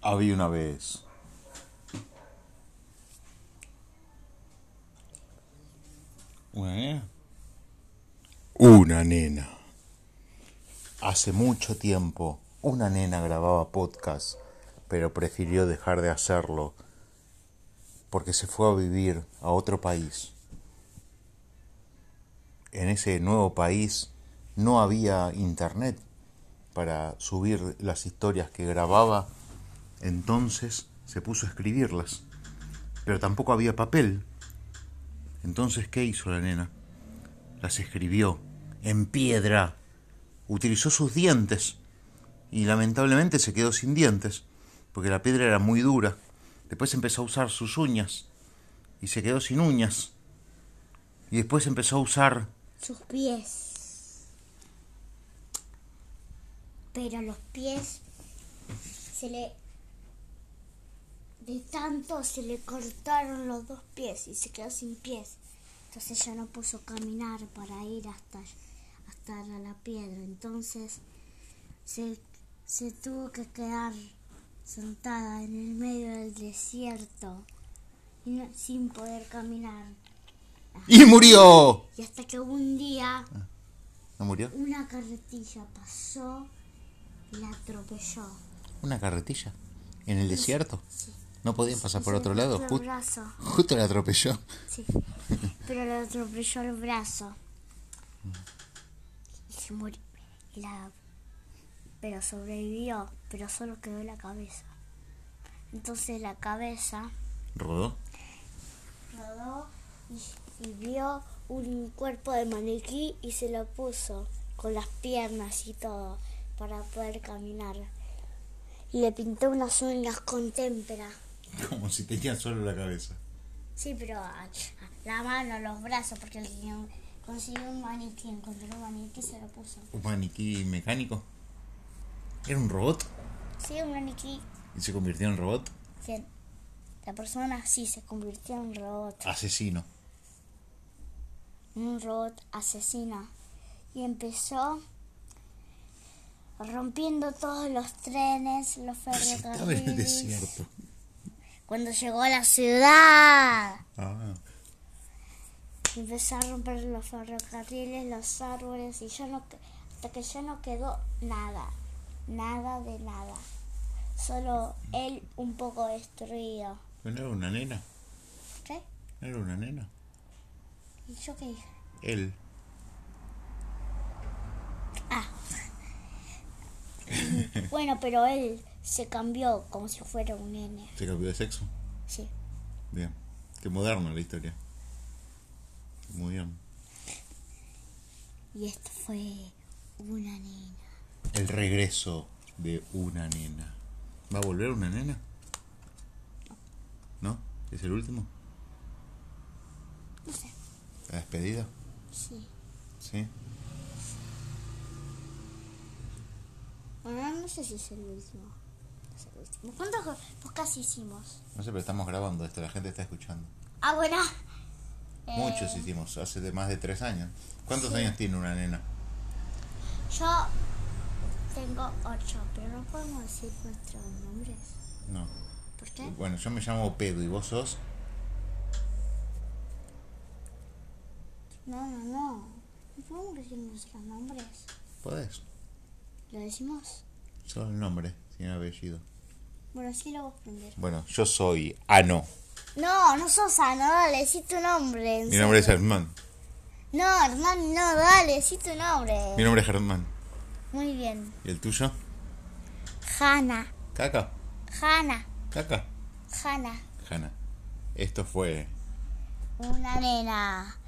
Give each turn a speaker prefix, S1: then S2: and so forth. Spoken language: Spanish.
S1: Había una vez. Una nena. Una nena. Hace mucho tiempo, una nena grababa podcast, pero prefirió dejar de hacerlo porque se fue a vivir a otro país. En ese nuevo país no había internet para subir las historias que grababa entonces se puso a escribirlas, pero tampoco había papel. Entonces, ¿qué hizo la nena? Las escribió en piedra. Utilizó sus dientes y lamentablemente se quedó sin dientes, porque la piedra era muy dura. Después empezó a usar sus uñas y se quedó sin uñas. Y después empezó a usar...
S2: Sus pies. Pero los pies se le de tanto se le cortaron los dos pies y se quedó sin pies. Entonces ya no puso caminar para ir hasta, hasta a la piedra. Entonces se, se tuvo que quedar sentada en el medio del desierto y no, sin poder caminar.
S1: ¡Y murió!
S2: Y hasta que un día
S1: ¿No murió?
S2: una carretilla pasó y la atropelló.
S1: ¿Una carretilla? ¿En el desierto?
S2: Sí.
S1: ¿No podían pasar por
S2: Se
S1: otro
S2: le
S1: lado?
S2: cortó
S1: Ju-
S2: el brazo.
S1: justo la atropelló.
S2: Sí. Pero le atropelló el brazo.
S1: Mm.
S2: Y se murió. Y la- Pero sobrevivió, pero solo quedó la cabeza. Entonces la cabeza
S1: ¿Rodó?
S2: rodó y, y vio un cuerpo de maniquí y se lo puso con las piernas y todo para poder caminar. Y le pintó unas uñas con témpera.
S1: Como si tenía solo la cabeza.
S2: Sí, pero a- a- la mano, los brazos, porque él tenía un- consiguió un maniquí, encontró un maniquí y se lo puso.
S1: ¿Un maniquí mecánico? ¿Era un robot?
S2: Sí, un maniquí.
S1: ¿Y se convirtió en robot?
S2: que la persona sí se convirtió en un robot,
S1: Asesino.
S2: en un robot asesino. Y empezó rompiendo todos los trenes, los
S1: Si estaba en el
S2: ferrocarriles.
S1: desierto.
S2: Cuando llegó a la ciudad.
S1: Ah.
S2: Empezó a romper los ferrocarriles, los árboles y ya no que- hasta que ya no quedó nada, nada de nada. Solo él un poco destruido.
S1: ¿No era una nena?
S2: ¿Qué?
S1: ¿No era una nena?
S2: ¿Y yo qué dije?
S1: Él.
S2: Bueno, pero él se cambió como si fuera un nene.
S1: ¿Se cambió de sexo?
S2: Sí.
S1: Bien. Qué moderna la historia. Muy bien.
S2: Y esto fue una nena.
S1: El regreso de una nena. ¿Va a volver una nena? ¿No? ¿Es el último?
S2: No sé.
S1: ¿La despedida?
S2: Sí.
S1: ¿Sí?
S2: Bueno, no sé si es el último. No es el último. ¿Cuántos podcasts hicimos? Ah,
S1: No sé, pero estamos grabando esto, la gente está escuchando.
S2: Ahora. Eh,
S1: Muchos hicimos, hace de más de tres años. ¿Cuántos
S2: Sí.
S1: años tiene una nena?
S2: Yo tengo ocho, pero no podemos decir nuestros nombres.
S1: No.
S2: ¿Por qué?
S1: Bueno, yo me llamo Pedro y vos sos.
S2: No, no, no. No podemos decir nuestros nombres.
S1: Podés.
S2: ¿Lo decimos?
S1: Solo el nombre, sin apellido.
S2: Bueno, sí lo voy a aprender.
S1: Bueno, yo soy Ano.
S2: No, no sos sano, dale, decí tu nombre. en
S1: Mi nombre es
S2: serio.
S1: Germán.
S2: No, hermano, no, dale, decí tu nombre.
S1: Mi nombre es Germán.
S2: Muy bien.
S1: ¿Y el tuyo?
S2: Hanna,
S1: Caca.
S2: Hanna,
S1: Caca.
S2: Hanna.
S1: Hanna. Esto fue
S2: Una nena.